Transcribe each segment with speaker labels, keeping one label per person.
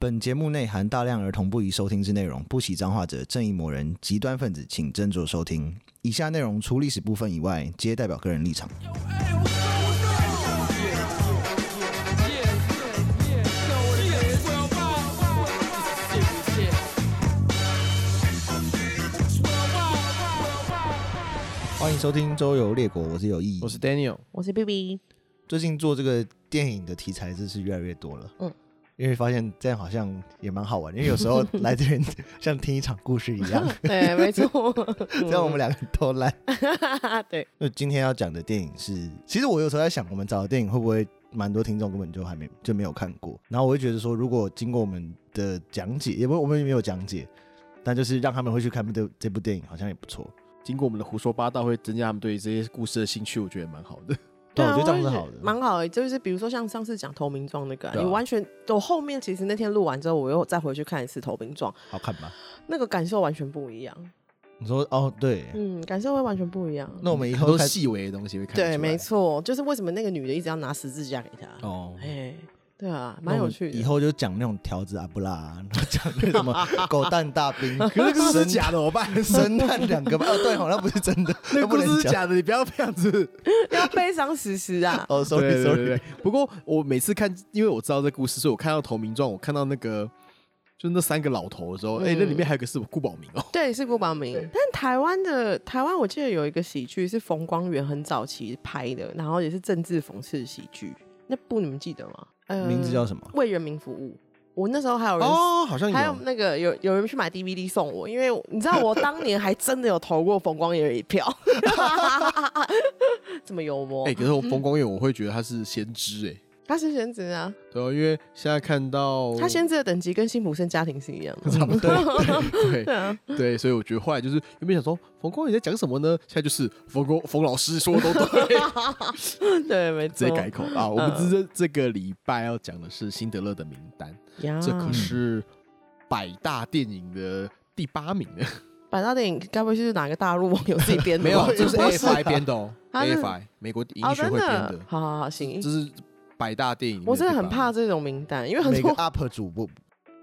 Speaker 1: 本节目内含大量儿童不宜收听之内容，不喜脏话者、正义魔人、极端分子，请斟酌收听。以下内容除历史部分以外，皆代表个人立场。欢迎收听《周游列国》，我是有意义
Speaker 2: 我。是 Daniel，
Speaker 3: 我是 B B，
Speaker 1: 最近做这个电影的题材真是越来越多了，
Speaker 3: 嗯，
Speaker 1: 因为发现这样好像也蛮好玩，因为有时候来这边像听一场故事一 样，
Speaker 3: 对，没 错，嗯
Speaker 1: 这样我们两个都来。
Speaker 3: 对，
Speaker 1: 那今天要讲的电影是，其实我有时候在想，我们找的电影会不会蛮多听众根本就还没就没有看过，然后我会觉得说，如果经过我们的讲解，也不我们也没有讲解，但就是让他们会去看这这部电影，好像也不错。
Speaker 2: 经过我们的胡说八道，会增加他们对这些故事的兴趣，我觉得蛮好的。
Speaker 1: 对啊，
Speaker 3: 啊
Speaker 1: 我觉得这样
Speaker 3: 就是觉
Speaker 1: 好的。
Speaker 3: 蛮好的。就是比如说像上次讲投名状那个啊、
Speaker 2: 对啊
Speaker 3: 你完全我后面其实那天录完之后，我又再回去看一次投名状，
Speaker 1: 好看吧？
Speaker 3: 那个感受完全不一样。
Speaker 1: 你说哦，对，
Speaker 3: 嗯，感受会完全不一样。
Speaker 1: 那我们以
Speaker 2: 很
Speaker 1: 后
Speaker 2: 多
Speaker 1: 开
Speaker 2: 细微的东西会看得出
Speaker 3: 对，
Speaker 2: 来
Speaker 3: 没。错，就是为什么那个女的一直要拿十字架给他？
Speaker 2: 哦，
Speaker 3: 哎，对啊，
Speaker 1: 那
Speaker 3: 蛮
Speaker 1: 我
Speaker 3: 有
Speaker 1: 们
Speaker 3: 趣的。
Speaker 1: 以后就讲那种条子阿布拉啊，然后讲那什 么狗蛋大兵，
Speaker 2: 可是这 个是
Speaker 1: 神
Speaker 2: 假的，我办
Speaker 1: 神探两个吧？哦，对，好像不是真的，
Speaker 2: 那
Speaker 1: 都不
Speaker 2: 个故
Speaker 1: 能
Speaker 2: 事是
Speaker 1: 讲。！
Speaker 2: 假的，你不要这样子。
Speaker 3: 要啊悲伤史诗啊
Speaker 1: 哦
Speaker 2: 对
Speaker 1: ，sorry
Speaker 2: 对对
Speaker 1: sorry，
Speaker 2: 对不过我每次看，因为我知道这故事，所以我看到投名状，我看到那个就是那三个老头的时候，哎、那里面还有一个是顾宝明哦。
Speaker 3: 对，是郭宝明。但台湾的台湾，我记得有一个喜剧是冯光远很早期拍的，然后也是政治讽刺喜剧。那部你们记得吗？呃
Speaker 1: 名字叫什么？
Speaker 3: 为人民服务。我那时候还有人，
Speaker 2: 哦，好像
Speaker 3: 还有那个有有人去买 DVD 送我，因为你知道 我当年还真的有投过冯光远一票， 这么幽默
Speaker 2: 哎、。可是我冯光远，我会觉得他是先知哎、
Speaker 3: 他是先知啊，
Speaker 2: 对啊，因为现在看到
Speaker 3: 他先知的等级跟辛普森家庭是一样的。
Speaker 2: 差不多， 对
Speaker 3: 对啊，
Speaker 2: 对，所以我觉得后来就是原本想说冯光远在讲什么呢？现在就是冯光冯老师说的都对，
Speaker 3: 对，没
Speaker 2: 直
Speaker 3: 错。
Speaker 2: 接改口啊！我们这这个礼拜要讲的是辛德勒的名单，
Speaker 3: 呀，
Speaker 2: 这可是百大电影的第八名呢，
Speaker 3: 百大电影该不会是哪个大陆网友自己编的吧？
Speaker 2: 没有，啊这是
Speaker 3: 嗯哦 不是
Speaker 2: AFI 编的哦
Speaker 3: 啊是
Speaker 2: ，AFI 美国影
Speaker 3: 哦，
Speaker 2: 艺学
Speaker 3: 真
Speaker 2: 会编
Speaker 3: 的
Speaker 2: 的，，
Speaker 3: 好好好，行
Speaker 2: 这。是百大电影里面第八名。
Speaker 3: 我真的很怕这种名单，因为很
Speaker 1: 每个啊
Speaker 3: 多
Speaker 1: UP 主 不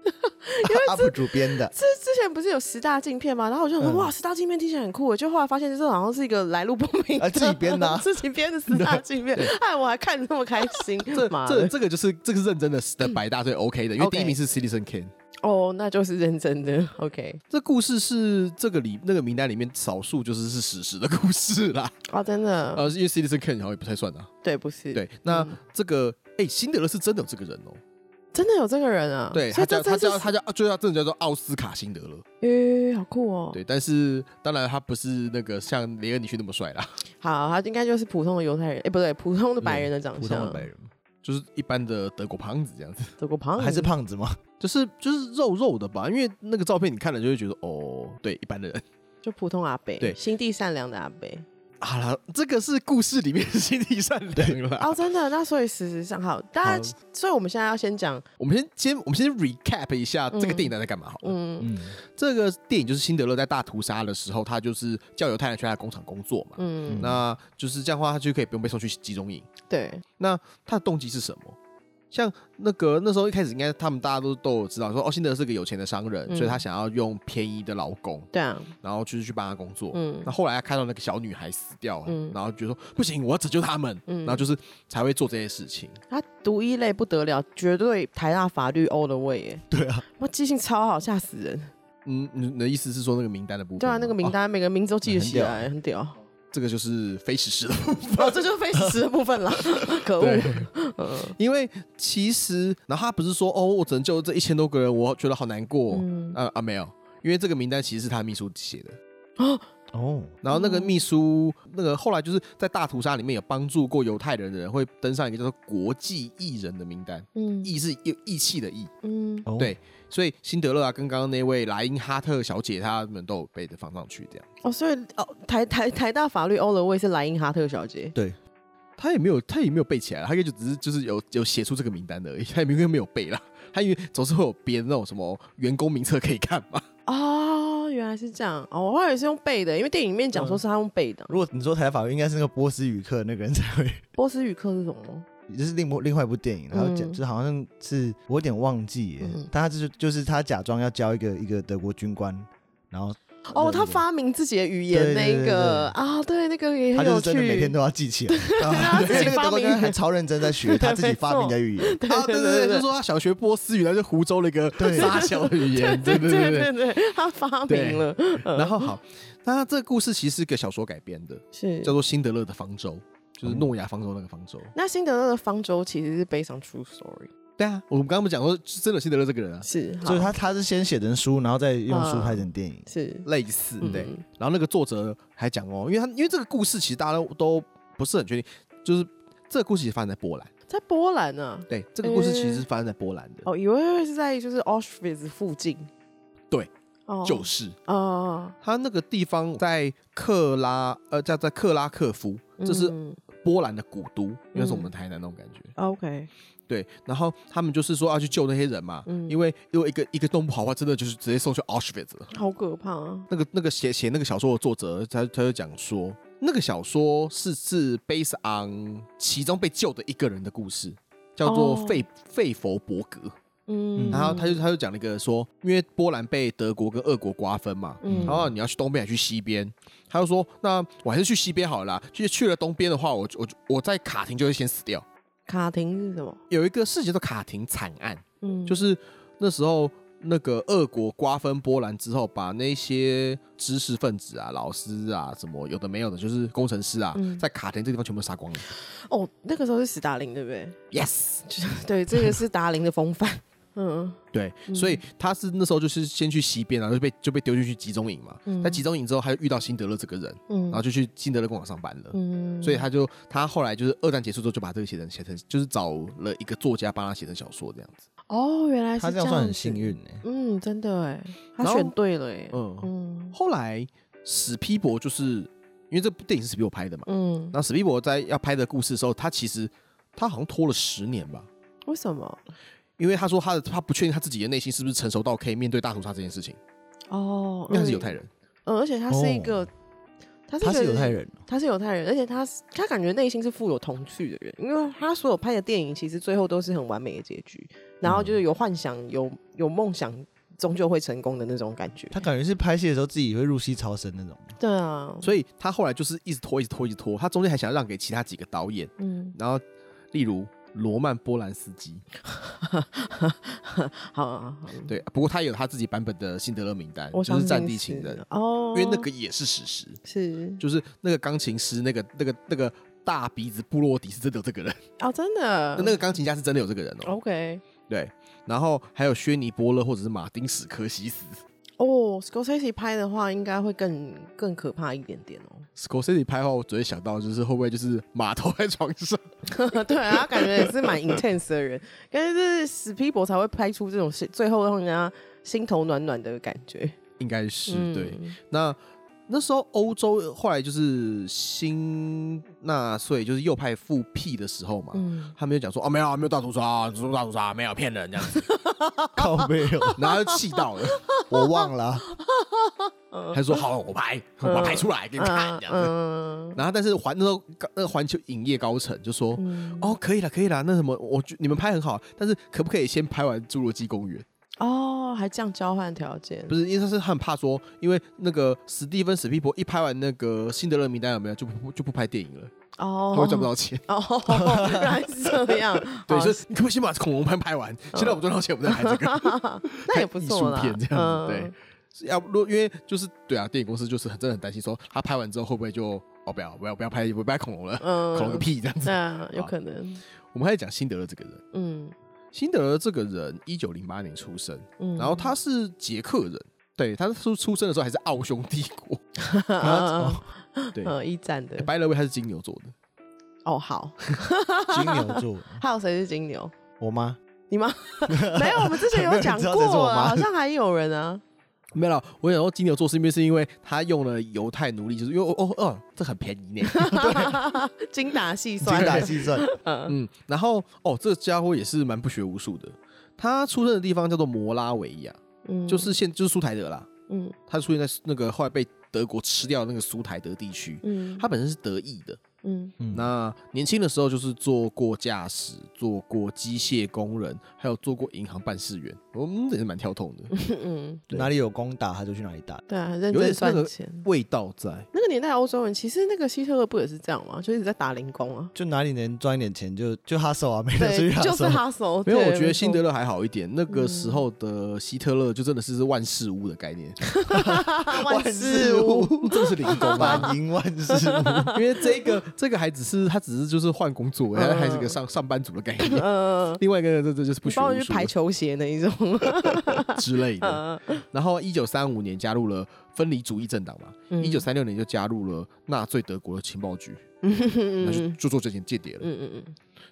Speaker 1: ，UP 主编的，
Speaker 3: 之之前不是有十大镜片嘛，然后我就想说、哇，十大镜片听起来很酷耶，就后来发现这好像是一个来路不明的、
Speaker 1: 啊自己编的啊
Speaker 3: 自己编的十大镜片，哎，我还看得那么开心，妈
Speaker 2: 这
Speaker 3: 的，
Speaker 2: 这个就是这个是认真的的百 大最 OK 的，因为
Speaker 3: OK
Speaker 2: 第一名是 Citizen Kane。
Speaker 3: 哦，那就是认真的，OK，
Speaker 2: 这故事是这个里那个名单里面少数就是是史实的故事啦，
Speaker 3: 哦，真的，
Speaker 2: 呃，因为 Citizen Kane 好像也不太算啊。
Speaker 3: 对，不是，，
Speaker 2: 对，那这个哎、辛德勒是真的有这个人哦，
Speaker 3: 真的有这个人啊，
Speaker 2: 对
Speaker 3: 所
Speaker 2: 他
Speaker 3: 以这
Speaker 2: 叫他
Speaker 3: 真
Speaker 2: 叫
Speaker 3: 是，
Speaker 2: 他叫就他真的叫做奥斯卡辛德勒，
Speaker 3: 诶、好酷哦，
Speaker 2: 对，但是当然他不是那个像雷恩尼逊那么帅啦，
Speaker 3: 好，他应该就是普通的犹太人，哎、不对，普通的白人的长
Speaker 1: 普通的
Speaker 3: 相
Speaker 1: 白，人吗
Speaker 2: 就是一般的德国胖子这样子，
Speaker 3: 德国胖
Speaker 1: 还是胖子吗？
Speaker 2: 就是就是肉肉的吧，因为那个照片你看了就会觉得哦，对，一般的人。
Speaker 3: 就普通阿北，
Speaker 2: 对
Speaker 3: 心地善良的阿北，
Speaker 2: 好了，这个是故事里面的心地善良 啦。
Speaker 3: 哦，真的，那所以事实上，好，大家，所以我们现在要先讲，
Speaker 2: 我们先先我们先 recap 一下这个电影在干嘛好了。
Speaker 3: 嗯。
Speaker 1: 嗯，
Speaker 2: 这个电影就是辛德勒在大屠杀的时候，他就是叫犹太人去他的工厂工作嘛。
Speaker 3: 嗯，
Speaker 2: 那就是这样的话，他就可以不用被送去集中营。
Speaker 3: 对，
Speaker 2: 那他的动机是什么？像那个那时候一开始，应该他们大家都都有知道说，哦，辛德勒是个有钱的商人，
Speaker 3: 嗯
Speaker 2: 所以他想要用便宜的劳工，
Speaker 3: 对啊，
Speaker 2: 然后就是去帮他工作。
Speaker 3: 嗯
Speaker 2: 那后来他看到那个小女孩死掉了，
Speaker 3: 嗯
Speaker 2: 然后就说不行，我要拯救他们，
Speaker 3: 嗯
Speaker 2: 然后就是才会做这些事情。
Speaker 3: 他读一类不得了，绝对台大法律欧的位 耶，
Speaker 1: 对啊，
Speaker 3: 哇，记性超好，吓死人。
Speaker 2: 嗯，你你的意思是说那个名单的部分吗？
Speaker 3: 对啊，那个名
Speaker 2: 哦
Speaker 3: 单每个名字都记得
Speaker 1: 很
Speaker 3: 起
Speaker 1: 屌
Speaker 3: 来，很屌。
Speaker 2: 这个就是非史实的部分。
Speaker 3: 哦，这就是非史实的部分啦， 可恶
Speaker 2: 对。
Speaker 3: 嗯
Speaker 2: 因为其实，然后他不是说哦，我拯救这一千多个人，我觉得好难过。
Speaker 3: 嗯
Speaker 2: 啊啊，没有，因为这个名单其实是他秘书写的。
Speaker 1: 哦，
Speaker 2: 然后那个秘书，那个后来就是在大屠杀里面有帮助过犹太人的人，会登上一个叫做国际艺人的名单，
Speaker 3: 嗯
Speaker 2: 义是有义气的义。
Speaker 3: 嗯，
Speaker 1: 哦
Speaker 2: 对所以辛德勒啊，跟刚刚那位莱因哈特小姐，他们都有被放上去，这样。
Speaker 3: 哦，所以哦，台台台大法律欧的位是莱因哈特小姐，
Speaker 1: 对，
Speaker 2: 他也没有，他也没有背起来，他也就只是就是有有写出这个名单的而已，他也没有 没有背啦。他因为总是会有别的那种什么员工名册可以看嘛。
Speaker 3: 哦，原来是这样。哦，我还以为是用背的，因为电影里面讲说是他用背的。
Speaker 1: 如果你说台法律，应该是那个波斯语课那个人才会，
Speaker 3: 波斯语课是什么？
Speaker 1: 这是另外另外一部电影，然后讲、
Speaker 3: 嗯
Speaker 1: 就是好像是我有点忘记耶，
Speaker 3: 嗯
Speaker 1: 但他就是就是他假装要教一个一个德国军官，然后
Speaker 3: 哦，
Speaker 1: 对对
Speaker 3: 他发明自己的语言
Speaker 1: 对对
Speaker 3: 那
Speaker 1: 对
Speaker 3: 个啊，对，那个也
Speaker 1: 他
Speaker 3: 很
Speaker 1: 就
Speaker 3: 有
Speaker 1: 是真的每天
Speaker 3: 趣。
Speaker 1: 都要记起来，然
Speaker 3: 他
Speaker 1: 后
Speaker 3: 自己
Speaker 1: 那个
Speaker 3: 发
Speaker 1: 德国
Speaker 3: 明
Speaker 1: 军官还超认真在 学他自己发明的语言，
Speaker 3: 对
Speaker 2: 啊，对对对，就
Speaker 3: 对
Speaker 2: 说他小学波斯语，然后就湖州了一个
Speaker 1: 对
Speaker 2: 沙小的语言，
Speaker 3: 对
Speaker 2: 对
Speaker 3: 对
Speaker 2: 对
Speaker 3: 对对对，他发
Speaker 2: 对
Speaker 3: 明了，
Speaker 2: 然后好，那这个故事其实是个小说改编的，
Speaker 3: 是
Speaker 2: 叫。做《辛德勒的方舟》，就是
Speaker 3: 哦
Speaker 2: 诺亚方舟那个方舟。
Speaker 3: 那辛德勒的方舟其实是悲伤 true story，
Speaker 2: 对啊，我们刚刚不讲说，是真的辛德勒这个人啊，
Speaker 3: 是，
Speaker 1: 所以
Speaker 3: 好
Speaker 1: 他他是先写成书，然后再用书
Speaker 3: 嗯
Speaker 1: 拍成电影。
Speaker 3: 是，
Speaker 2: 类似
Speaker 3: 嗯
Speaker 2: 对。然后那个作者还讲哦，因为他因为这个故事其实大家都都不是很确定，就是这个故事其实发生在波兰。
Speaker 3: 在波兰呢。
Speaker 2: 对，这个故事其实是发生在波兰的，
Speaker 3: 哦，以为是在就是 Auschwitz 附近。
Speaker 2: 对，
Speaker 3: 哦，
Speaker 2: 就是
Speaker 3: 哦，
Speaker 2: 他那个地方在克拉呃叫在克拉克夫，这是
Speaker 3: 嗯啊
Speaker 2: 波兰的古都，因为是我们台南那种感觉。
Speaker 3: OK，
Speaker 2: 对，然后他们就是说要去救那些人嘛，
Speaker 3: 嗯
Speaker 2: 因为因为一个一个弄不好的话，真的就是直接送去 Auschwitz 了。
Speaker 3: 好可怕啊！
Speaker 2: 那个那个写写那个小说的作者，他他就讲说，那个小说是是 based on 其中被救的一个人的故事，叫做
Speaker 3: 哦
Speaker 2: 费、费佛伯格。
Speaker 3: 嗯，
Speaker 2: 然后他就他就讲了一个说，因为波兰被德国跟俄国瓜分嘛，
Speaker 3: 嗯
Speaker 2: 然后你要去东边还是去西边，他就说那我还是去西边好了啦，就是去了东边的话，我我我在卡廷就会先死掉。
Speaker 3: 卡廷是什么？
Speaker 2: 有一个事情叫卡廷惨案，
Speaker 3: 嗯，
Speaker 2: 就是那时候那个俄国瓜分波兰之后，把那些知识分子啊、老师啊什么有的没有的，就是工程师啊，
Speaker 3: 嗯
Speaker 2: 在卡廷这个地方全部杀光了。
Speaker 3: 哦，那个时候是斯大林，对不对？
Speaker 2: Yes，
Speaker 3: 就是对，这个是达林的风范。嗯
Speaker 2: 对，所以他是那时候就是先去西边啊，然后就被就被丢进去集中营嘛。
Speaker 3: 嗯
Speaker 2: 在集中营之后，他就遇到辛德勒这个人，
Speaker 3: 嗯
Speaker 2: 然后就去辛德勒工厂上班了。
Speaker 3: 嗯，
Speaker 2: 所以他就他后来就是二战结束之后就把这个写成写成就是找了一个作家帮他写成小说这样子。
Speaker 3: 哦，原来是
Speaker 1: 他这样
Speaker 3: 子
Speaker 1: 算很幸。运欸呢、
Speaker 3: 嗯，真的哎，他
Speaker 2: 然后
Speaker 3: 选对了哎。
Speaker 2: 嗯，
Speaker 3: 嗯
Speaker 2: 后来史皮博就是因为这部电影是史皮博拍的嘛，
Speaker 3: 嗯，
Speaker 2: 那史皮博在要拍的故事的时候，他其实他好像拖了十年吧，
Speaker 3: 为什么？
Speaker 2: 因为他说他的他不确定他自己的内心是不是成熟到可以面对大屠杀这件事情，
Speaker 3: 哦，
Speaker 2: 因为他是
Speaker 3: 嗯
Speaker 2: 犹太人，哦
Speaker 3: 嗯，而且他是一个，他
Speaker 1: 他
Speaker 3: 一
Speaker 1: 是
Speaker 3: 个
Speaker 1: 犹太，人哦、
Speaker 3: 他是犹太人，而且他是他感觉内心是富有童趣的人，因为他所有拍的电影其实最后都是很完美的结局，然后
Speaker 2: 嗯
Speaker 3: 就是有幻想、有有梦想，终究会成功的那种感觉。
Speaker 1: 他感觉是拍戏的时候自己会入戏超深那 种。
Speaker 3: 对啊，
Speaker 2: 所以他后来就是一直拖，一直拖，一直拖，他中间还想让给其他几个导演，
Speaker 3: 嗯，
Speaker 2: 然后例如罗曼波兰斯基，
Speaker 3: 好啊，好啊
Speaker 2: 对，不过他也有他自己版本的辛德勒名单，
Speaker 3: 我
Speaker 2: 就是
Speaker 3: 相
Speaker 2: 战
Speaker 3: 信
Speaker 2: 地情人，
Speaker 3: 哦
Speaker 2: 因，为那个也是史实，
Speaker 3: 是
Speaker 2: 就是那个钢琴师，那个那个那个大鼻子布洛迪是真的有这个人，
Speaker 3: 哦，真的
Speaker 2: 那那个钢琴家是真的有这个人哦，
Speaker 3: OK
Speaker 2: 对，然后还有薛尼波勒或者是马丁史科西斯
Speaker 3: 哦，Scorsese 拍的话应该会更更可怕一点点 哦。
Speaker 2: ，Scorsese 拍的话，我只会想到就是会不会就是码头在床上，
Speaker 3: 对啊，他感觉也是 蛮 intense 的人，但是史皮博才会拍出这种事，最后让人家心头暖暖的感觉。
Speaker 2: 应该是、
Speaker 3: 嗯
Speaker 2: 对，，那那时候欧洲后来就是新纳粹就是右派复辟的时候嘛，
Speaker 3: 嗯，
Speaker 2: 他们就讲说啊没有啊没有大屠杀啊，只是大屠杀没有骗人这样 子，
Speaker 1: 靠没有，
Speaker 2: 然后他就气到了，
Speaker 1: 我忘了啊。
Speaker 2: 他就说好我拍我把它拍出来给你看
Speaker 3: 嗯
Speaker 2: 这样子，
Speaker 3: 嗯
Speaker 2: 然后但是环那时候那个环球影业高层就说。
Speaker 3: 嗯
Speaker 2: 哦，可以了，可以了。那什么，我觉你们拍很好，啊但是可不可以先拍完《侏罗纪公园》？
Speaker 3: 哦，还这样交换条件
Speaker 2: 不，是，因为他是他很怕说，因为那个史蒂芬史皮博一拍完那个《辛德勒名单》有没有就不就不拍电影了，
Speaker 3: 哦，
Speaker 2: 他会赚不到钱。
Speaker 3: 哦，原来是这样，
Speaker 2: 对，
Speaker 3: 哦嗯
Speaker 2: 所以你可不可以先把恐龙拍拍完？现在我们赚到钱，我们再拍这个，
Speaker 3: 那也不错啦嗯
Speaker 2: 拍艺术片这样子，对。是要不，如果因为就是对啊，电影公司就是很真的很担心，说他拍完之后会不会就哦不要不要不要拍不要拍恐龙了，
Speaker 3: 嗯
Speaker 2: 恐龙个屁这样子。
Speaker 3: 那有可能，
Speaker 2: 我们还在讲辛德勒这个人，
Speaker 3: 嗯
Speaker 2: 辛德勒这个人一九零八年出生，
Speaker 3: 嗯，
Speaker 2: 然后 他是捷克人，对，他出出生的时候还是奥匈帝 国，
Speaker 3: 嗯
Speaker 2: 哦对，
Speaker 3: 嗯一战的，
Speaker 2: 白了威他是金牛座的，
Speaker 3: 哦好，
Speaker 1: 金牛座，
Speaker 3: 还有谁是金牛？
Speaker 1: 我妈
Speaker 3: 你吗？没有，我们之前有 讲
Speaker 1: 没有人知道谁是
Speaker 3: 过
Speaker 1: 我
Speaker 3: 啊，
Speaker 1: 妈
Speaker 3: 好像还有人啊。
Speaker 2: 没有啦，我想说金牛座是因为是因为他用了犹太奴隶，就是因为哦哦哦，这很便宜 呢，
Speaker 3: 精打细
Speaker 1: 精
Speaker 3: 算，
Speaker 1: 打细 算，
Speaker 2: 嗯，然后哦，这家伙也是蛮不学无术的，他出生的地方叫做摩拉维亚，
Speaker 3: 嗯
Speaker 2: 就是现就是苏台德啦，
Speaker 3: 嗯
Speaker 2: 他出现在那个后来被德国吃掉的那个苏台德地区，
Speaker 3: 嗯
Speaker 2: 他本身是德裔的，
Speaker 3: 嗯
Speaker 1: 嗯
Speaker 2: 那年轻的时候就是做过驾驶，做过机械工人，还有做过银行办事员，我们也是蛮跳痛 的，
Speaker 3: 嗯，
Speaker 2: 对
Speaker 1: 哪里有工打他就去哪里打，
Speaker 3: 对啊，很认
Speaker 2: 有点
Speaker 3: 真
Speaker 2: 像那
Speaker 3: 算
Speaker 2: 个
Speaker 3: 钱。
Speaker 2: 味道在。
Speaker 3: 那个年代欧洲人其实那个希特勒不也是这样吗？就一直在打零 工啊，
Speaker 1: 就哪里能赚一点钱就就哈手啊，没得出
Speaker 3: 对
Speaker 1: 去，哈
Speaker 3: 就是
Speaker 1: 手。
Speaker 3: 哈手。
Speaker 2: 没有，
Speaker 3: 对
Speaker 2: 我觉得辛德
Speaker 3: 错
Speaker 2: 勒还好一点。那个时候的希特勒就真的是万事屋的概念，
Speaker 3: 嗯万事屋，
Speaker 2: 真的是零工啊。
Speaker 1: 满盈万事 屋，
Speaker 2: 因为这个这个还只是他只是就是换工作，他
Speaker 3: 嗯
Speaker 2: 还是个上上班族的概 念。
Speaker 3: 呃，
Speaker 2: 另外一个这这就是嗯不
Speaker 3: 你
Speaker 2: 学
Speaker 3: 帮我
Speaker 2: 无
Speaker 3: 去
Speaker 2: 术
Speaker 3: 排球鞋那一种，
Speaker 2: 之类的。
Speaker 3: 呃
Speaker 2: 然后一九三五年加入了分离主义政党嘛，
Speaker 3: 嗯
Speaker 2: 一九三六年就加入了纳粹德国的情报局，那就
Speaker 3: 嗯
Speaker 2: 就做这件间谍了。
Speaker 3: 嗯嗯嗯，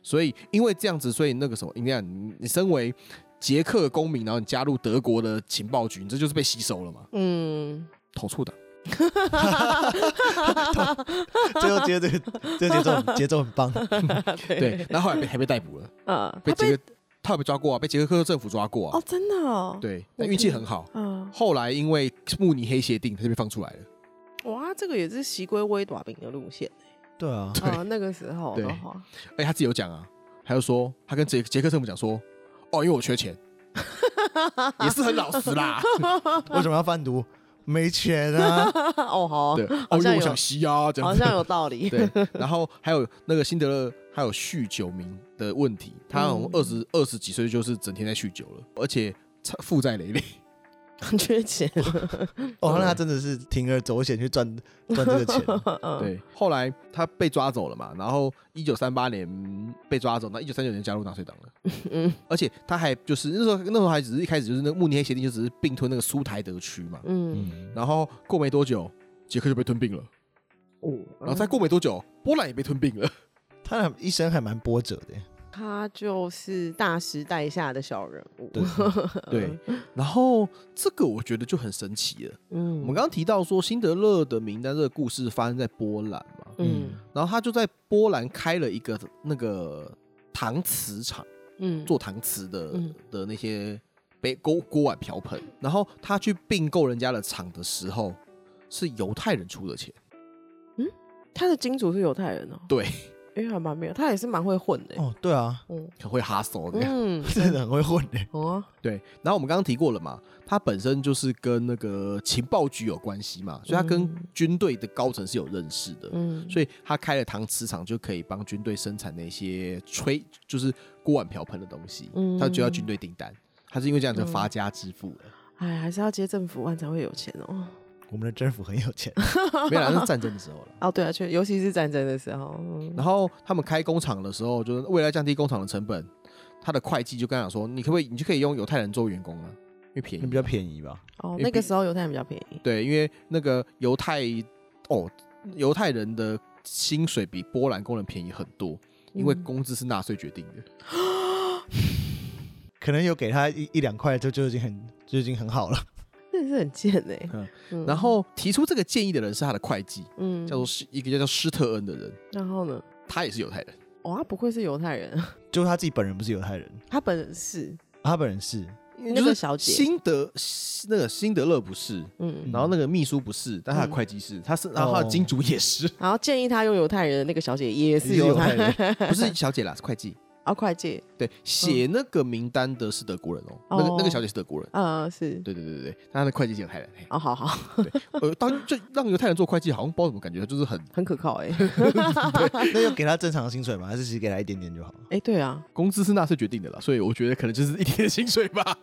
Speaker 2: 所以因为这样子，所以那个时候，你看你你身为捷克公民，然后你加入德国的情报局，你这就是被吸收了嘛，
Speaker 3: 嗯，
Speaker 2: 投促党。
Speaker 1: 最后接这个这个节奏很节奏很棒，
Speaker 2: 对，然后后来被还被逮捕了，
Speaker 3: 啊，
Speaker 2: 被
Speaker 3: 他
Speaker 2: 捷克他有被抓过啊，被捷克政府抓过啊
Speaker 3: 哦，。真的哦，
Speaker 2: 对，但运气很好。
Speaker 3: 啊，
Speaker 2: 后来因为慕尼黑协定，他就被放出来了。
Speaker 3: 哇，这个也是习归微短饼的路线
Speaker 1: 对啊，
Speaker 2: 对
Speaker 3: 啊，那个时候的
Speaker 2: 对
Speaker 3: 话，
Speaker 2: 而且他自己有讲啊，他就说他跟捷捷克政府讲说，哦，因为我缺 钱，也是很老实啦。
Speaker 1: 为什么要贩毒？没钱啊，
Speaker 3: 哦好
Speaker 2: 对，，哦，
Speaker 3: 好
Speaker 2: 因
Speaker 3: 像
Speaker 2: 为我
Speaker 3: 有
Speaker 2: 想吸啊，这样
Speaker 3: 好
Speaker 2: 子
Speaker 3: 像有道理，
Speaker 2: 对，然后还有那个辛德勒，还有酗酒名的问题，他从
Speaker 3: 嗯
Speaker 2: 二十二十几岁就是整天在酗酒了，而且负债累累。
Speaker 3: 很缺钱，
Speaker 1: 哦，那他真的是铤而走险去赚赚这个钱，
Speaker 3: 嗯
Speaker 2: 对，后来他被抓走了嘛，然后一九三八年被抓走，那一九三九年加入纳粹党了。
Speaker 3: 嗯
Speaker 2: 而且他还就是那时候那时候还只是一开始就是那个慕尼黑协定就只是并吞那个苏台德区嘛，
Speaker 3: 嗯，
Speaker 1: 嗯，
Speaker 2: 然后过没多久，捷克就被吞并了，
Speaker 3: 哦，
Speaker 2: 然后再过没多久，波兰也被吞并了。
Speaker 1: 他一生还蛮波折的耶，
Speaker 3: 他就是大时代下的小人物，
Speaker 1: 对，
Speaker 3: 嗯
Speaker 2: 对，然后这个我觉得就很神奇了。
Speaker 3: 嗯，
Speaker 2: 我们刚刚提到说辛德勒的名单这个故事发生在波兰嘛，
Speaker 3: 嗯
Speaker 2: 然后他就在波兰开了一个那个搪瓷厂，
Speaker 3: 嗯
Speaker 2: 做搪瓷的、
Speaker 3: 嗯
Speaker 2: 的那些杯锅锅碗瓢盆，然后他去并购人家的厂的时候，是犹太人出的钱。
Speaker 3: 他的金主是犹太人哦，
Speaker 2: 对，
Speaker 3: 哎，还蛮妙，他也是蛮会混的，
Speaker 1: 哦，对啊，
Speaker 3: 嗯
Speaker 2: 很会哈手的，
Speaker 3: 嗯，
Speaker 1: 真的很会混的，
Speaker 3: 好啊，
Speaker 2: 对。然后我们刚刚提过了嘛，他本身就是跟那个情报局有关系嘛，所以他跟
Speaker 3: 嗯
Speaker 2: 军队的高层是有认识的。
Speaker 3: 嗯，
Speaker 2: 所以他开了搪瓷厂，就可以帮军队生产那些吹，就是锅碗瓢盆的东西，
Speaker 3: 嗯
Speaker 2: 他就要军队订单。他是因为这样就发家致富了，
Speaker 3: 哎，还是要接政府案才会有钱哦。
Speaker 1: 我们的政府很有钱，
Speaker 2: 没有啦，那是战争的时候了。
Speaker 3: 哦，对啊，确，尤其是战争的时候，嗯
Speaker 2: 然后他们开工厂的时候，就是为了降低工厂的成本，他的会计就跟他讲说，你可不可以，你就可以用犹太人做员工啊，因为便 宜
Speaker 1: 那比较便宜吧？
Speaker 3: 哦，
Speaker 2: 也
Speaker 3: 那个
Speaker 2: 比
Speaker 3: 时候犹太人比较便宜，
Speaker 2: 对，因为那个犹太哦，犹太人的薪水比波兰工人便宜很多，因为
Speaker 3: 嗯
Speaker 2: 工资是纳粹决定的。
Speaker 1: 可能有给他一一两块，就就已经很就已经很好了。
Speaker 3: 真的是很贱哎
Speaker 2: 嗯。
Speaker 3: 嗯
Speaker 2: 然后提出这个建议的人是他的会计，
Speaker 3: 嗯
Speaker 2: 叫做施一个叫施特恩的人，
Speaker 3: 然后呢？
Speaker 2: 他也是犹太人。
Speaker 3: 哇，他不愧是犹太人，
Speaker 1: 就他自己本人不是犹太人，啊
Speaker 3: 他本人是
Speaker 1: 他本人是，
Speaker 3: 那
Speaker 2: 就
Speaker 3: 个
Speaker 2: 是
Speaker 3: 小姐，
Speaker 2: 辛德那个辛德勒不是，
Speaker 3: 嗯，哦
Speaker 2: 然后那个秘书不是，但他的会计是，他是然后他的金主也 是，
Speaker 3: 然后建议他用犹太人的那个小姐也是
Speaker 1: 也是
Speaker 3: 犹
Speaker 1: 犹太人
Speaker 3: 人，
Speaker 2: 不 是小姐啦，是会计。
Speaker 3: 啊，会计，
Speaker 2: 对，写那个名单的是德国人哦，那个
Speaker 3: 嗯哦
Speaker 2: 那个小姐是德国人。
Speaker 3: 呃，是，
Speaker 2: 对对对对，但他的会计是犹太人。嘿
Speaker 3: 哦，好 好，
Speaker 2: 呃，当就让犹太人做会计，好像不知道怎么感觉，就是很
Speaker 3: 很可靠哎，
Speaker 1: 那就给他正常的薪水嘛，还是只给他一点点就好了？
Speaker 3: 哎，对啊，
Speaker 2: 工资是纳粹决定的啦，所以我觉得可能就是一天的薪水吧。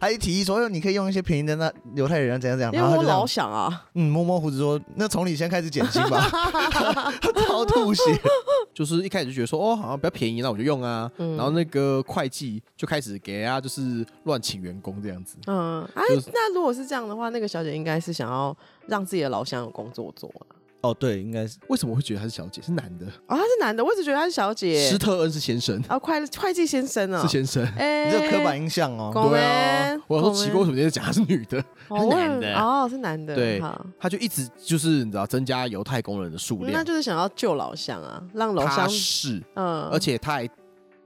Speaker 1: 还提议说，哎你可以用一些便宜的那犹太人啊怎样怎样，
Speaker 3: 因为
Speaker 1: 然后他
Speaker 3: 我
Speaker 1: 就这
Speaker 3: 老
Speaker 1: 样，
Speaker 3: 想啊，
Speaker 1: 嗯，摸摸胡子说，那从你先开始减薪吧， 他超吐血，
Speaker 2: 就是一开始就觉得说，哦，好像比较便宜，那我就用啊。
Speaker 3: 嗯
Speaker 2: 然后那个会计就开始给啊，就是乱请员工这样子。
Speaker 3: 嗯，哎
Speaker 2: 就是，
Speaker 3: 那如果是这样的话，那个小姐应该是想要让自己的老乡有工作做啊，
Speaker 1: 哦，对，应该是
Speaker 2: 为什么会觉得他是小姐？是男的，
Speaker 3: 啊，他是男的，我一直觉得他是小姐
Speaker 2: 施，特恩是先生，
Speaker 3: 啊，会会计先生啊
Speaker 2: 是，先生。
Speaker 3: 哎，
Speaker 1: 你这有刻板印象哦，
Speaker 3: 公
Speaker 2: 对啊
Speaker 3: 文，
Speaker 2: 我想说奇怪，为什么今天讲她是女的？
Speaker 3: 哦
Speaker 2: 是
Speaker 3: 我
Speaker 2: 男
Speaker 3: 很
Speaker 2: 的
Speaker 3: 哦，是男的，
Speaker 2: 对
Speaker 3: 好
Speaker 2: 她就一直就是你知道增加犹太工人的数
Speaker 3: 那
Speaker 2: 量，
Speaker 3: 就是想要救老乡啊，让老
Speaker 2: 她
Speaker 3: 乡，
Speaker 2: 是，呃
Speaker 3: 嗯，
Speaker 2: 而且她还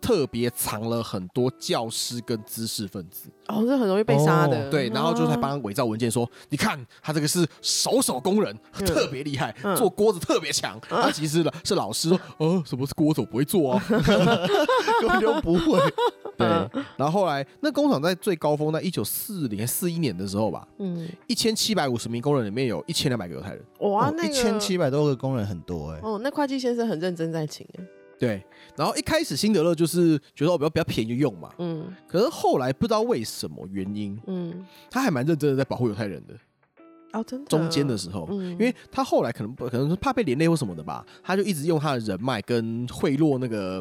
Speaker 2: 特别藏了很多教师跟知识分子，
Speaker 3: 哦，这很容易被杀的。
Speaker 1: 哦
Speaker 2: 对，然后就才
Speaker 3: 啊
Speaker 2: 帮他伪造文件说，你看他这个是手手工人，
Speaker 3: 嗯
Speaker 2: 特别厉害，
Speaker 3: 嗯
Speaker 2: 做锅子特别强。他其实呢是老师说，哦，什么是锅子我不会 做啊。
Speaker 1: 根本就不 会。
Speaker 2: 对，
Speaker 3: 嗯
Speaker 2: 然后后来那工厂在最高峰，在一九四零四一年的时候吧，
Speaker 3: 嗯，
Speaker 2: 一千七百五十名工人里面有一千两百个犹太人。
Speaker 3: 哇，那个
Speaker 1: 哦一千七百多个工人很多哎、
Speaker 3: 哦，那会计先生很认真在请耶，
Speaker 2: 对，然后一开始辛德勒就是觉得哦我比较比较便宜就用嘛，
Speaker 3: 嗯
Speaker 2: 可是后来不知道为什么原因，
Speaker 3: 嗯，
Speaker 2: 他还蛮认真的在保护犹太人的。
Speaker 3: 哦，真的，
Speaker 2: 中间的，时候，
Speaker 3: 嗯
Speaker 2: 因为他后来可能不可能是怕被连累或什么的吧，他就一直用他的人脉跟贿赂那个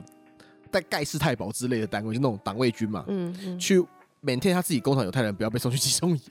Speaker 2: 在盖世太保之类的单位，就那种党卫军嘛，
Speaker 3: 嗯嗯，
Speaker 2: 去 maintain 他自己工厂犹太人不要被送去集中营。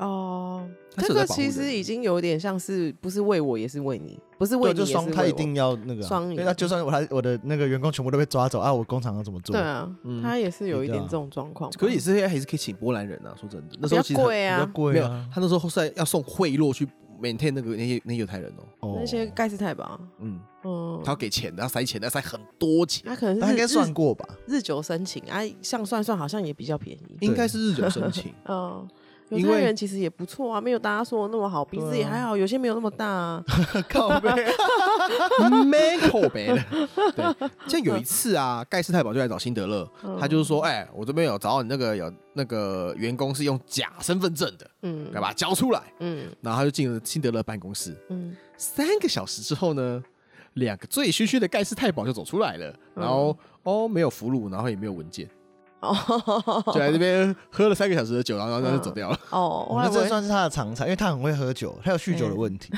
Speaker 3: 哦，
Speaker 2: 他是
Speaker 3: 这
Speaker 2: 有在
Speaker 3: 个
Speaker 2: 保护
Speaker 3: 其实
Speaker 2: 人
Speaker 3: 已经有点像是不是为我也是为你，不是为
Speaker 1: 对，
Speaker 3: 你也
Speaker 1: 就是双
Speaker 3: 为
Speaker 1: 他一
Speaker 3: 我
Speaker 1: 定要那个啊、
Speaker 3: 双赢
Speaker 1: 对，那就算我他我的那个员工全部都被抓走啊，我工厂要怎么做？
Speaker 3: 对啊，
Speaker 2: 嗯
Speaker 3: 他也是有一
Speaker 1: 对
Speaker 3: 点
Speaker 1: 啊
Speaker 3: 这种状况吧，
Speaker 2: 可是也是还是可以请波兰人啊，说真的，那时候
Speaker 3: 比
Speaker 2: 其
Speaker 3: 较
Speaker 2: 实很
Speaker 3: 贵
Speaker 1: 比较
Speaker 3: 啊，
Speaker 2: 没
Speaker 1: 贵
Speaker 2: 有
Speaker 1: 啊，。
Speaker 2: 他那时候后来要送贿赂去 maintain 那个那些那些犹太人哦，
Speaker 1: 哦
Speaker 3: 那些盖世太保，
Speaker 2: 嗯，
Speaker 3: 嗯
Speaker 2: 他，要给钱的，他塞钱的，他塞很多钱，
Speaker 3: 他可能
Speaker 1: 他应
Speaker 3: 是
Speaker 1: 该
Speaker 3: 日
Speaker 1: 算过吧？
Speaker 3: 日久生情啊，像算算好像也比较便宜，
Speaker 2: 应该是日久生情。
Speaker 3: 嗯。犹
Speaker 2: 因
Speaker 3: 太
Speaker 2: 为啊
Speaker 3: 人其实也不错啊，没有大家说的那么好，鼻子也还好，有些没有那么大 啊。
Speaker 1: 靠背，
Speaker 2: 没口碑了。对，像有一次啊，盖世太保就来找辛德勒，
Speaker 1: 嗯
Speaker 2: 他就是说，哎、我这边有找到你那个有那个员工是用假身份证的，
Speaker 3: 嗯
Speaker 2: 要把它交出来。
Speaker 3: 嗯
Speaker 2: 然后他就进了辛德勒办公室，
Speaker 3: 嗯，
Speaker 2: 三个小时之后呢，两个醉醺醺的盖世太保就走出来了，
Speaker 1: 嗯
Speaker 2: 然后、哦没有俘虏，然后也没有文 件，
Speaker 3: 哦，
Speaker 2: 就来这边喝了三个小时的酒，然后然后就走 掉了。
Speaker 3: 哦，我
Speaker 1: 那
Speaker 3: 还以
Speaker 1: 这
Speaker 3: 为哎
Speaker 1: 算是他的常才，因为他很会喝酒，他有酗酒的问题。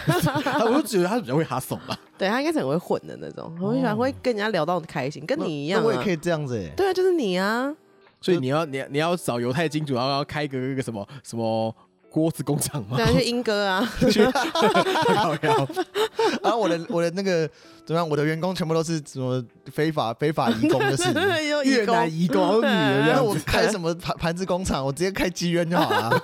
Speaker 2: 他我就觉得他比较会哈怂吧。
Speaker 3: 对他应该是很会混的那种，很会喜欢会跟人家聊到很开心，跟
Speaker 1: 哦那
Speaker 3: 你一样、啊。
Speaker 1: 那我也可以这样子哎、
Speaker 3: 对啊，就是你啊，
Speaker 2: 所以你要你要你要找犹太金主，然后要开一个那个什么什么锅子工厂吗
Speaker 3: 对？啊，就英哥啊，
Speaker 2: 去靠腰
Speaker 1: 然啊后我的我的那个怎么样？我的员工全部都是什么非法非法移工 的事情。
Speaker 3: 有义
Speaker 2: 越南
Speaker 3: 工，
Speaker 2: 移工女人
Speaker 1: 那
Speaker 2: 这样
Speaker 1: 我
Speaker 2: 子，
Speaker 1: 开什么盘盘子工厂？我直接开妓院就好了啊、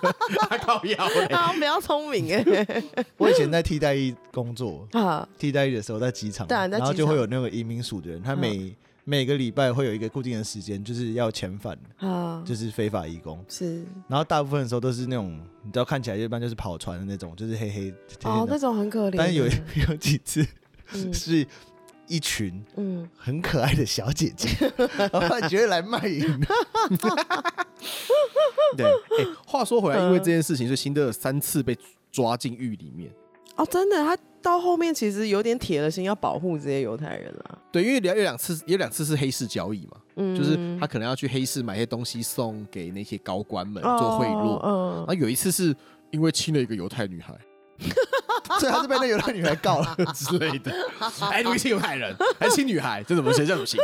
Speaker 2: 我靠 腰嘞。
Speaker 3: 啊，比较聪明 哎，
Speaker 1: 我以前在替代役工作，
Speaker 3: 啊，
Speaker 1: 替代役的时候在机场，
Speaker 3: 对啊在
Speaker 1: 然后
Speaker 3: 机
Speaker 1: 就会
Speaker 3: 场
Speaker 1: 有那个移民署的人，他
Speaker 3: 嗯
Speaker 1: 每、每个礼拜会有一个固定的时间，就是要遣返，
Speaker 3: 啊，
Speaker 1: 就是非法移工。
Speaker 3: 是
Speaker 1: 然后大部分的时候都是那种，你知道看起来一般就是跑船的那种，就是黑黑天
Speaker 3: 哦
Speaker 1: 黑，的。
Speaker 3: 那种很可怜。欸
Speaker 1: 但是有有几次
Speaker 3: 嗯
Speaker 1: 是一群
Speaker 3: 嗯，
Speaker 1: 很可爱的小姐 姐，然后她觉得来卖淫的，
Speaker 2: 对，哎、话说回来，
Speaker 3: 嗯
Speaker 2: 因为这件事情，所以辛德尔三次被抓进狱里面。
Speaker 3: 哦，真的，他到后面其实有点铁了心要保护这些犹太人啊，
Speaker 2: 对，因为有两次，有两次是黑市交易嘛，
Speaker 3: 嗯，
Speaker 2: 就是他可能要去黑市买些东西送给那些高官们做贿赂。
Speaker 3: 哦
Speaker 2: 然
Speaker 1: 啊
Speaker 2: 后有一次是因为亲了一个犹太女孩
Speaker 1: 所以她是被那犹太女孩告了，
Speaker 2: 之类 的，哎，你们亲犹太人，还亲女孩，这怎么谁叫怎么行？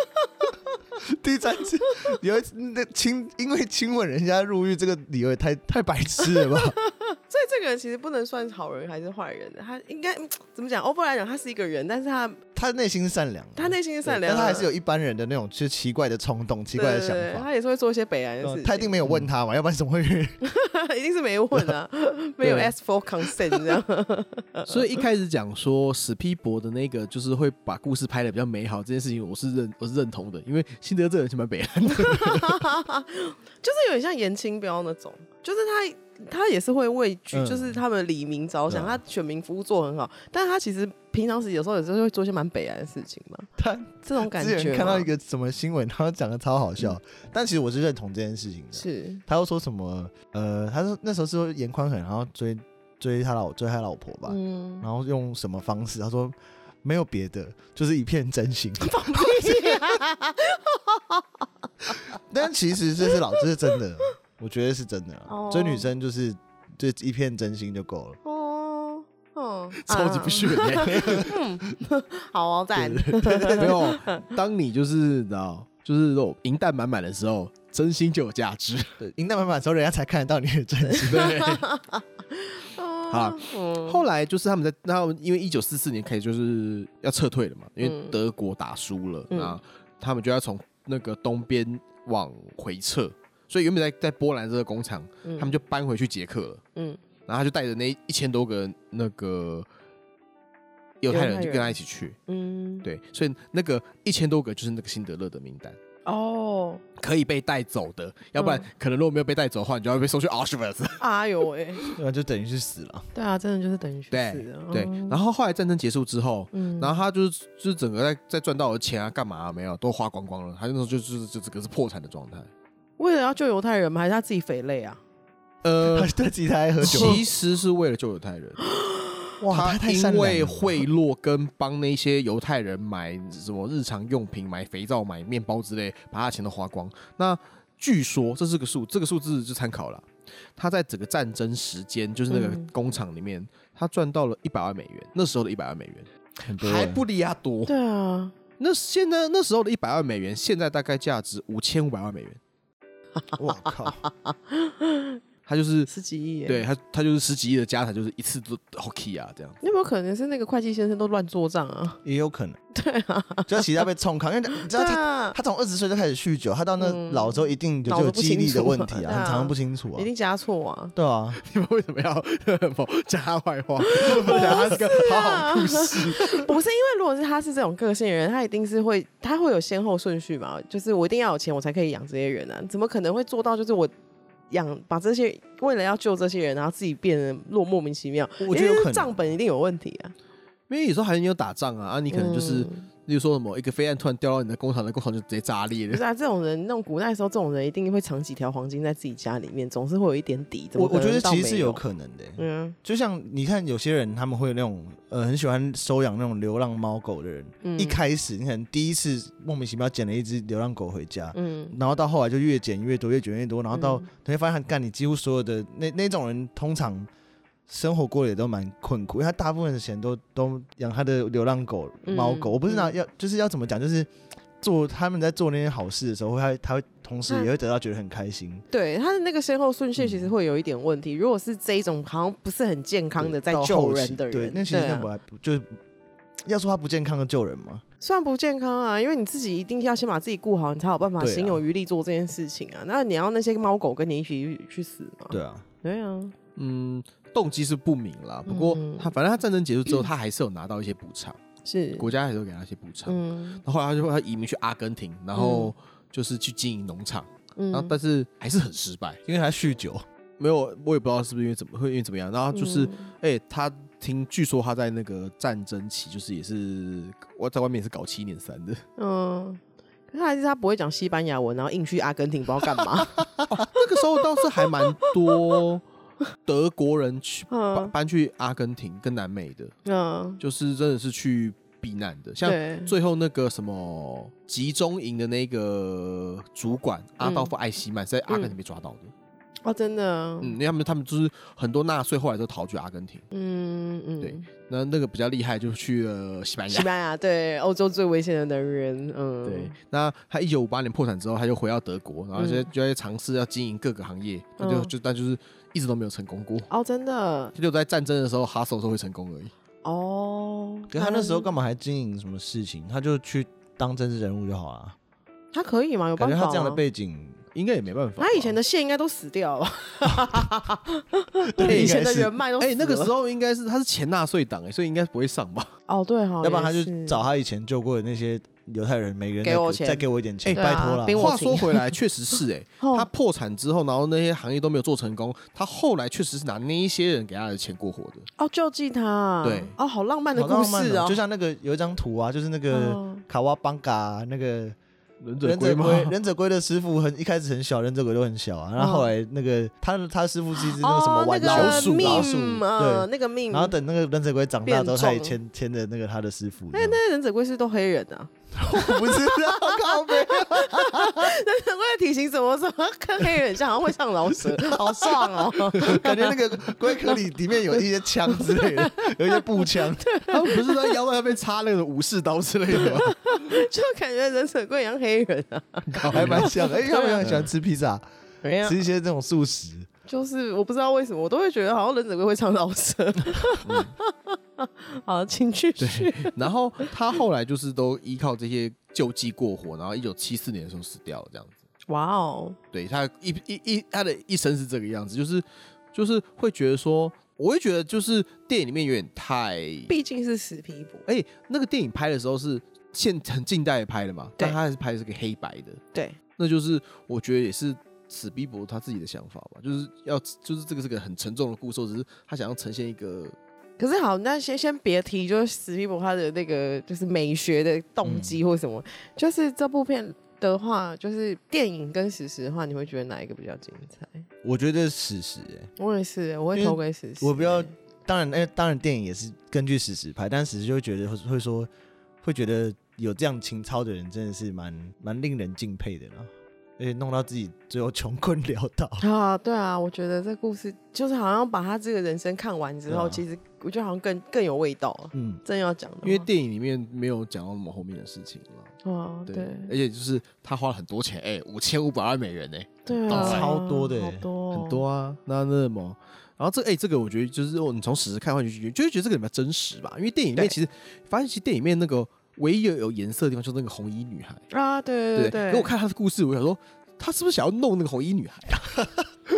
Speaker 1: 第三次有一次那亲，因为亲吻人家入狱，这个理由也太太白痴了吧？
Speaker 3: 嗯所以这个人其实不能算好人还是坏人，他应该嗯怎么讲？欧布来讲，他是一个人，但是他
Speaker 1: 他内心是善良的，
Speaker 3: 他内心是善良
Speaker 1: 对
Speaker 3: 的，
Speaker 1: 但他还是有一般人的那种就是奇怪的冲动、奇
Speaker 3: 奇
Speaker 1: 怪的想法。
Speaker 3: 他也是会做一些北岸的事
Speaker 1: 嗯
Speaker 3: 情，
Speaker 1: 他 一定没有问他嘛，要不然怎么会？
Speaker 3: 一定是没问 啊，没有
Speaker 2: 对
Speaker 3: ask for consent 这样。
Speaker 2: 所以一开始讲说史皮博的那个就是会把故事拍的比较美好这件事情，我是认我是认同的，因为辛德勒这个人是蛮北岸的。
Speaker 3: 就是有点像严清标那种，就是他他也是会为居，
Speaker 1: 嗯
Speaker 3: 就是他们李明着想，
Speaker 1: 嗯
Speaker 3: 他选民服务做得很好，但是他其实平常时有时候也是会做一些蛮北来的事情嘛，
Speaker 1: 他
Speaker 3: 这种感
Speaker 1: 之
Speaker 3: 觉
Speaker 1: 前
Speaker 3: 嘛。
Speaker 1: 看到一个什么新闻，他讲的超好笑，但其实我是认同这件事情的。
Speaker 3: 是
Speaker 1: 他又说什么？呃，他说那时候是说严宽很，然后追追他老追他老婆吧，
Speaker 3: 嗯，
Speaker 1: 然后用什么方式？他说没有别的，就是一片真 心。啊但其实这是老，这是真的，我觉得是真的 啦。
Speaker 3: 哦
Speaker 1: 追女生就是这一片真心就够了。
Speaker 3: 哦。 哦，
Speaker 2: 超级不屑耶。
Speaker 3: 啊好哦，赞，
Speaker 2: 没有，当你就是你知道，就是那种银弹满满的时候，真心就有价值。
Speaker 1: 对，呃赢得满满的时候，人家才看得到你的真 心。
Speaker 2: 对，
Speaker 3: 啊
Speaker 2: 啊，
Speaker 3: 嗯
Speaker 2: 后来就是他们在，他们因为一九四四年开始就是要撤退了嘛，因为德国打输了，
Speaker 3: 嗯
Speaker 2: 那他们就要从那个东边往回撤，所以原本在在波兰这个工厂，
Speaker 3: 嗯
Speaker 2: 他们就搬回去捷克了。
Speaker 3: 嗯，
Speaker 2: 然后他就带着那一千多个那个犹太
Speaker 3: 犹太
Speaker 2: 人
Speaker 3: 人
Speaker 2: 就跟他一起去，
Speaker 3: 嗯，
Speaker 2: 对，所以那个一千多个就是那个辛德勒的名单。
Speaker 3: 哦，
Speaker 2: 可以被带走的，要
Speaker 3: 嗯
Speaker 2: 不然可能如果没有被带走的话，你就要被送去 Auschwitz。
Speaker 3: 哎呦喂，
Speaker 1: 那就等于是死了。
Speaker 3: 对啊，真的就是等于去
Speaker 2: 对
Speaker 3: 死的，
Speaker 2: 对
Speaker 3: 嗯，
Speaker 2: 然后后来战争结束之后，
Speaker 3: 嗯
Speaker 2: 然后他就是就是整个在在赚到的钱啊，干嘛啊、没有都花光光了，他那时候就就是就这个是破产的状态。
Speaker 3: 为了要救犹太人吗？还是他自己匪类啊？
Speaker 2: 呃
Speaker 1: 他，他自己在喝酒，
Speaker 2: 其实是为了救犹太人，
Speaker 1: 哇，他
Speaker 2: 他
Speaker 1: 太
Speaker 2: 因
Speaker 1: 善良
Speaker 2: 为
Speaker 1: 了
Speaker 2: 贿赂跟帮那些犹太人买什么日常用品、买肥皂、买面包之类，把他的钱都花光。那据说这是个数，这个数字就参考了。他在整个战争时间，就是那个
Speaker 3: 嗯
Speaker 2: 工厂里面，他赚到了一百万美元，那时候的一百万美元
Speaker 1: 很多
Speaker 2: 还
Speaker 1: 人
Speaker 2: 不离他多。
Speaker 3: 对啊，
Speaker 2: 那现在那时候的一百万美元，现在大概价值五千五百万美元。
Speaker 1: 哇靠，
Speaker 2: 他就是
Speaker 3: 十几亿耶。
Speaker 2: 对他，他就是十几亿的家产，就是一次都 hockey 啊这样。
Speaker 3: 有没有可能是那个会计先生都乱做账啊？
Speaker 1: 也有可能，
Speaker 3: 对啊，
Speaker 1: 就其他被冲康，因为他你知
Speaker 3: 对
Speaker 1: 道他
Speaker 3: 啊，
Speaker 1: 他从二十岁就开始酗酒，他到那
Speaker 3: 嗯
Speaker 1: 老之后一定就
Speaker 3: 脑子
Speaker 1: 有
Speaker 3: 不
Speaker 1: 记忆力
Speaker 3: 清
Speaker 1: 的
Speaker 3: 楚
Speaker 1: 问
Speaker 3: 啊
Speaker 1: 题
Speaker 3: 对
Speaker 1: 啊，
Speaker 3: 啊
Speaker 1: 很常不清楚啊
Speaker 3: 一，定加错啊。
Speaker 1: 对啊，
Speaker 2: 你们为什么要 讲他坏 话？分享他这个好好故事。
Speaker 3: 不是因为如果是他是这种个性的人，他一定是会他会有先后顺序嘛，就是我一定要有钱我才可以养这些人啊，怎么可能会做到就是我养把这些为了要救这些人，然后自己变得若莫名其妙？
Speaker 1: 我觉得有
Speaker 3: 啊因为
Speaker 1: 可
Speaker 3: 账
Speaker 1: 能。
Speaker 3: 本一定有问题啊，
Speaker 2: 因为有时候还是你有打仗啊，啊，你
Speaker 3: 你
Speaker 2: 可能就是，
Speaker 3: 嗯
Speaker 2: 例如说什么一个飞弹突然掉到你的工厂，那工厂就直接炸裂
Speaker 3: 不是
Speaker 2: 了。
Speaker 3: 啊，这种人，那种古代的时候，这种人一定会藏几条黄金在自己家里面，总是会有一点底。怎么
Speaker 1: 我我
Speaker 3: 可
Speaker 1: 觉
Speaker 3: 能哦
Speaker 1: 得
Speaker 3: 到
Speaker 1: 其实是
Speaker 3: 没
Speaker 1: 有
Speaker 3: 有，
Speaker 1: 可能的欸、
Speaker 3: 嗯
Speaker 1: 就像你看有些人他们会那种呃很喜欢收养那种流浪猫狗的人，
Speaker 3: 嗯
Speaker 1: 一开始你可能第一次莫名其妙捡了一只流浪狗回家，
Speaker 3: 嗯，
Speaker 1: 然后到后来就越捡越多，越捡越多，然后到
Speaker 3: 嗯
Speaker 1: 你会发现，干你几乎所有的那那种人，通常生活过得也都蛮困苦，因为他大部分的钱都都养他的流浪狗、
Speaker 3: 嗯
Speaker 1: 猫狗。我不知道
Speaker 3: 嗯
Speaker 1: 要就是要怎么讲，就是做他们在做那些好事的时候，会他
Speaker 3: 嗯
Speaker 1: 他会同时
Speaker 3: 那
Speaker 1: 也会得到觉得很开心。
Speaker 3: 对，他的那个先后顺序
Speaker 1: 嗯
Speaker 3: 其实会有一点问题。如果是这一种好像不是很健康的在
Speaker 1: 到
Speaker 3: 救
Speaker 1: 后期
Speaker 3: 人的人，
Speaker 1: 对，那其实
Speaker 3: 对啊
Speaker 1: 那不还不就是要说他不健康的救人嘛？
Speaker 3: 虽然不健康啊，因为你自己一定要先把自己顾好，你才有办法
Speaker 1: 对啊
Speaker 3: 心有余力做这件事情啊。那你要那些猫狗跟你一起去去死吗？
Speaker 1: 对啊，
Speaker 3: 对啊，
Speaker 2: 嗯，动机是不明啦。不过
Speaker 3: 嗯
Speaker 2: 他反正他战争结束之后，他还是有拿到一些补偿，
Speaker 3: 是，
Speaker 2: 国家还是有给他一些补偿。
Speaker 3: 嗯
Speaker 2: 然后后来他就他移民去阿根廷，然后就是去经营农场，然后
Speaker 3: 嗯，
Speaker 2: 但是还是很失败。
Speaker 1: 因为他酗酒，
Speaker 2: 没有，我也不知道是不是因为怎么会因为怎么样，然后就是，哎、他听据说他在那个战争期，就是也是我在外面也是搞七年三的，
Speaker 3: 嗯，可是还是他不会讲西班牙文，然后硬去阿根廷，不知道干 嘛。
Speaker 2: 那个时候倒是还蛮多德国人去搬
Speaker 3: 嗯
Speaker 2: 搬去阿根廷跟南美的，
Speaker 3: 嗯，
Speaker 2: 就是真的是去避难的，像
Speaker 3: 对，
Speaker 2: 最后那个什么集中营的那个主管
Speaker 3: 嗯
Speaker 2: 阿道夫·艾希曼是在阿根廷被抓到的，
Speaker 3: 哦，真的，
Speaker 2: 嗯，因为他们他们就是很多纳粹后来都逃去阿根廷，
Speaker 3: 嗯嗯，
Speaker 2: 对那那个比较厉害就去了西班牙
Speaker 3: 西。班牙对欧洲最危险的能源，嗯，
Speaker 2: 对，，那他一九五八年破产之后，他就回到德国，然后就在就在尝试要经营各个行业，那就
Speaker 3: 嗯
Speaker 2: 就但就是一直都没有成功过。
Speaker 3: 哦，真的，
Speaker 2: 他就在战争的时候，哈手的时候会成功而已。
Speaker 3: 哦，
Speaker 1: 可是他那时候干嘛还经营什么事情？他就去当政治人物就好了。啊
Speaker 3: 他可以吗？有
Speaker 1: 感
Speaker 3: 办
Speaker 1: 觉
Speaker 3: 法啊
Speaker 1: 他这样的
Speaker 3: 吗
Speaker 1: 背景，
Speaker 2: 应该也没办法吧。
Speaker 3: 他以前的线应该都 死掉了，
Speaker 1: 对
Speaker 3: 以前的
Speaker 1: 应该是
Speaker 3: 人脉都死
Speaker 2: 哎、那个
Speaker 3: 了
Speaker 2: 时候应该是他是前纳粹党哎、所以应该不会上吧？
Speaker 3: 哦，对哈，
Speaker 1: 要不然他
Speaker 3: 也
Speaker 1: 就是找他以前救过的那些犹太人，每个人
Speaker 3: 给
Speaker 1: 再
Speaker 3: 我
Speaker 1: 再
Speaker 3: 钱
Speaker 1: 给我一点钱，
Speaker 3: 哎
Speaker 1: 拜托了
Speaker 3: 对。啊我
Speaker 2: 话说
Speaker 3: 请
Speaker 2: 回来，确实是哎、
Speaker 3: 哦
Speaker 2: 他破产之后，然后那些行业都没有做成功，他后来确实是拿那一些人给他的钱过活的。
Speaker 3: 哦救济他，
Speaker 2: 对
Speaker 3: 哦，好浪漫的
Speaker 1: 好
Speaker 3: 故
Speaker 1: 浪漫
Speaker 3: 事
Speaker 1: 哦
Speaker 3: 哦，
Speaker 1: 就像那个有一张图啊，就是那个
Speaker 3: 嗯
Speaker 1: 卡哇邦嘎那个
Speaker 2: 忍
Speaker 1: 忍者
Speaker 2: 龟吗？
Speaker 1: 龟，忍者龟的师傅很一开始很小，忍者龟都很小啊，然后后来那个他他师傅是一只那个什么
Speaker 3: 哦
Speaker 1: 玩
Speaker 3: 那个
Speaker 1: 老鼠
Speaker 3: meme，
Speaker 1: 老鼠，
Speaker 3: 呃
Speaker 1: 对，
Speaker 3: 那个命，
Speaker 1: 然后等那个忍者龟长大之后，
Speaker 3: 变
Speaker 1: 他也
Speaker 3: 重
Speaker 1: 牵牵着那个他的师傅，
Speaker 3: 那那忍者龟是都黑人啊，
Speaker 1: 我不知道， 靠背，
Speaker 3: 忍者龟的体型怎么怎么跟黑人像，好像会唱 饶舌，好爽哦，
Speaker 1: 感觉那个龟壳里里面有一些枪之类的，有一些步 枪，
Speaker 3: 啊
Speaker 2: 他们不是在腰带上面插那个武士刀之类 的吗？
Speaker 3: 就感觉忍者龟一样黑人 啊，
Speaker 1: 还蛮像的。哎，他们很喜欢吃披萨，
Speaker 3: 没有
Speaker 1: 吃，一些这种素食。
Speaker 3: 就是我不知道为什么，我都会觉得好像忍者龟会唱饶舌。
Speaker 1: 嗯
Speaker 3: 好，请继续。
Speaker 2: 然后他后来就是都依靠这些救济过活，然后一九七四年的时候死掉了，这样子。
Speaker 3: 哇哦，
Speaker 2: 对他一一一他的一生是这个样子，就是就是会觉得说，我会觉得就是电影里面有点太，
Speaker 3: 毕竟是死皮
Speaker 2: 哎、那个电影拍的时候是现很近代拍的嘛，
Speaker 3: 对
Speaker 2: 但他还是拍的是个黑白的，
Speaker 3: 对，
Speaker 2: 那就是我觉得也是史逼伯他自己的想法吧，就是要就是这个是个很沉重的故事，只是他想要呈现一个
Speaker 3: 可是好，那先先别提，就是史蒂博他的那个就是美学的动
Speaker 1: 嗯
Speaker 3: 机或什么，就是这部片的话，就是电影跟史实的话，你会觉得哪一个比较精彩？
Speaker 1: 我觉得史实、欸，
Speaker 3: 我也是，我会
Speaker 1: 因为
Speaker 3: 投给史实。
Speaker 1: 我比较当然，哎、当然电影也是根据史实拍，但史实就会觉得会说，会觉得有这样情操的人真的是蛮蛮令人敬佩的啦，而且弄到自己最后穷困潦 倒。
Speaker 3: 啊，对啊，我觉得这故事就是好像把他这个人生看完之
Speaker 1: 对
Speaker 3: 后，
Speaker 1: 啊
Speaker 3: 其实我觉得好像更更有味道了。
Speaker 1: 嗯，
Speaker 3: 真要讲的话，
Speaker 2: 因为电影里面没有讲到那么后面的事情了。
Speaker 3: 哦，
Speaker 2: 对，
Speaker 3: 对
Speaker 2: 而且就是他花了很多钱，哎、五千五百万美元呢、哎
Speaker 3: 对
Speaker 1: 懂
Speaker 3: 啊，
Speaker 1: 超多的
Speaker 3: 好多哦
Speaker 2: 很多啊。那那么，然后这哎、这个我觉得就是哦你从史实看的话，你就觉得就会觉得这个比较真实吧。因为电影里面
Speaker 3: 对
Speaker 2: 其实发现，其实电影里面那个唯一有有颜色的地方就是那个红衣女孩，
Speaker 3: 啊，对
Speaker 2: 对
Speaker 3: 对
Speaker 2: 不
Speaker 3: 对。
Speaker 2: 可我看她的故事，我想说。她是不是想要弄那个红衣女孩？啊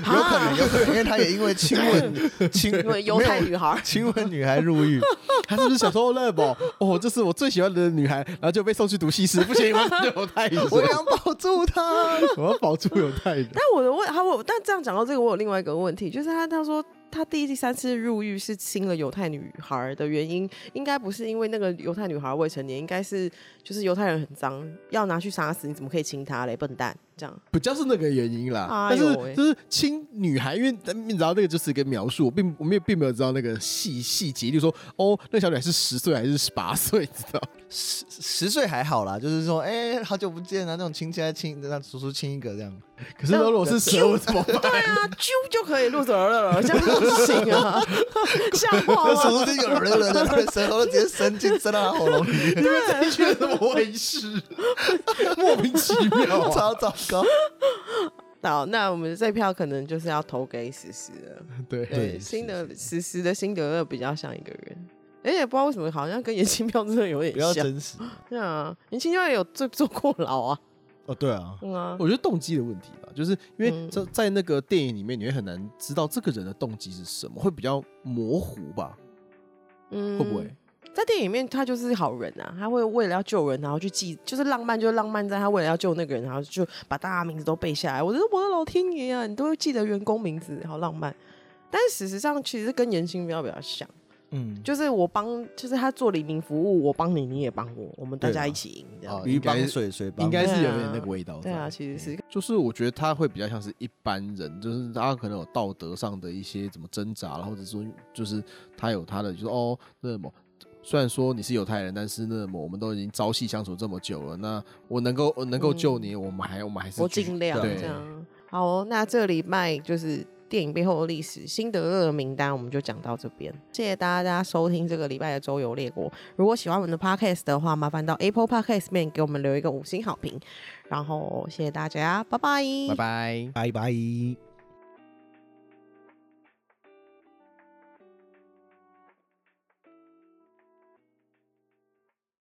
Speaker 1: 有 可能，有可能，因为他也因为亲 吻亲
Speaker 3: 因为犹太
Speaker 1: 没有
Speaker 3: 女孩
Speaker 1: 亲吻女孩入 狱，
Speaker 2: 她是不是想说 love 哦哦，这是我最喜欢的女孩，然后就被送去读西施，不 行，我要对犹太人，
Speaker 1: 我想保住她。
Speaker 2: 我要保住犹太人。
Speaker 3: 但我的问，好，我但这样讲到这个，我有另外一个问题，就是他他说他第一、第三次入狱是亲了犹太女孩的原因，应该不是因为那个犹太女孩未成年，应该是就是犹太人很脏，要拿去杀死，你怎么可以亲她嘞，笨蛋！这样
Speaker 2: 比较是那个原因啦，
Speaker 3: 哎
Speaker 2: 但
Speaker 3: 呦
Speaker 2: 是
Speaker 3: 喂
Speaker 2: 就是亲女孩，因为你知道那个就是一个描述，我并我没有并没有知道那个细细节，就说哦，那小女孩是十岁还是十八岁，知道？
Speaker 1: 十十岁还好啦，就是说，哎、好久不见啊，那种亲戚来亲，让叔叔亲一个这样。
Speaker 2: 可是如果是蛇，我怎么办？
Speaker 3: 啊，啾就可以录走了了，这样不行啊，像话
Speaker 1: 那叔
Speaker 3: 吗？
Speaker 1: 叔就有人了， 舌头直接伸进伸到他喉咙 里，
Speaker 2: 你觉得怎么回事？莫 名其妙啊、
Speaker 1: 超糟糕。
Speaker 3: 好，那我们这票可能就是要投给思思了。
Speaker 2: 对，
Speaker 1: 对
Speaker 3: 对，新的思思的辛德勒比较像一个人，而且不知道为什么好像跟言情票真的有点
Speaker 1: 不要
Speaker 3: 像。
Speaker 1: 真实
Speaker 3: 对啊，年轻教育有坐坐过牢啊，
Speaker 1: 哦，对啊，
Speaker 3: 嗯啊，
Speaker 2: 我觉得动机的问题吧，就是因为
Speaker 3: 嗯
Speaker 2: 在在那个电影里面，你会很难知道这个人的动机是什么，会比较模糊吧？
Speaker 3: 嗯
Speaker 2: 会不会？
Speaker 3: 在电影里面他就是好人啊？他会为了要救人，然后去记，就是浪漫，就是浪漫在他为了要救那个人，然后就把大家名字都背下来。我觉得我的老天爷啊，你都会记得员工名字，好浪漫。但是事实上，其实跟言情比较比较像，
Speaker 1: 嗯，
Speaker 3: 就是我帮，就是他做黎明服务，我帮你，你也帮我，我们大
Speaker 1: 对啊
Speaker 3: 家一起赢，这样
Speaker 2: 哦。
Speaker 1: 鱼帮
Speaker 2: 应该
Speaker 1: 水，水帮
Speaker 2: 应该是有
Speaker 3: 对啊
Speaker 2: 点那个味道在。
Speaker 3: 对啊，其实是
Speaker 2: 就是我觉得他会比较像是一般人，就是他可能有道德上的一些怎么挣扎，然后或者说就是他有他的，就是哦，那么虽然说你是犹太人，但是那么我们都已经朝夕相处这么久了，那我能够我能够救你，我们还我们还是
Speaker 3: 嗯我
Speaker 2: 继续
Speaker 3: 尽量
Speaker 2: 对
Speaker 3: 这样。好哦、那这礼拜就是电影背后的历史，辛德勒的名单我们就讲到这边。谢谢大家大家收听这个礼拜的周游列国。如果喜欢我们的 podcast 的话，麻烦到 Apple Podcast 面给我们留一个五星好评。然后谢谢大家，拜拜，
Speaker 2: 拜拜。
Speaker 1: 拜拜。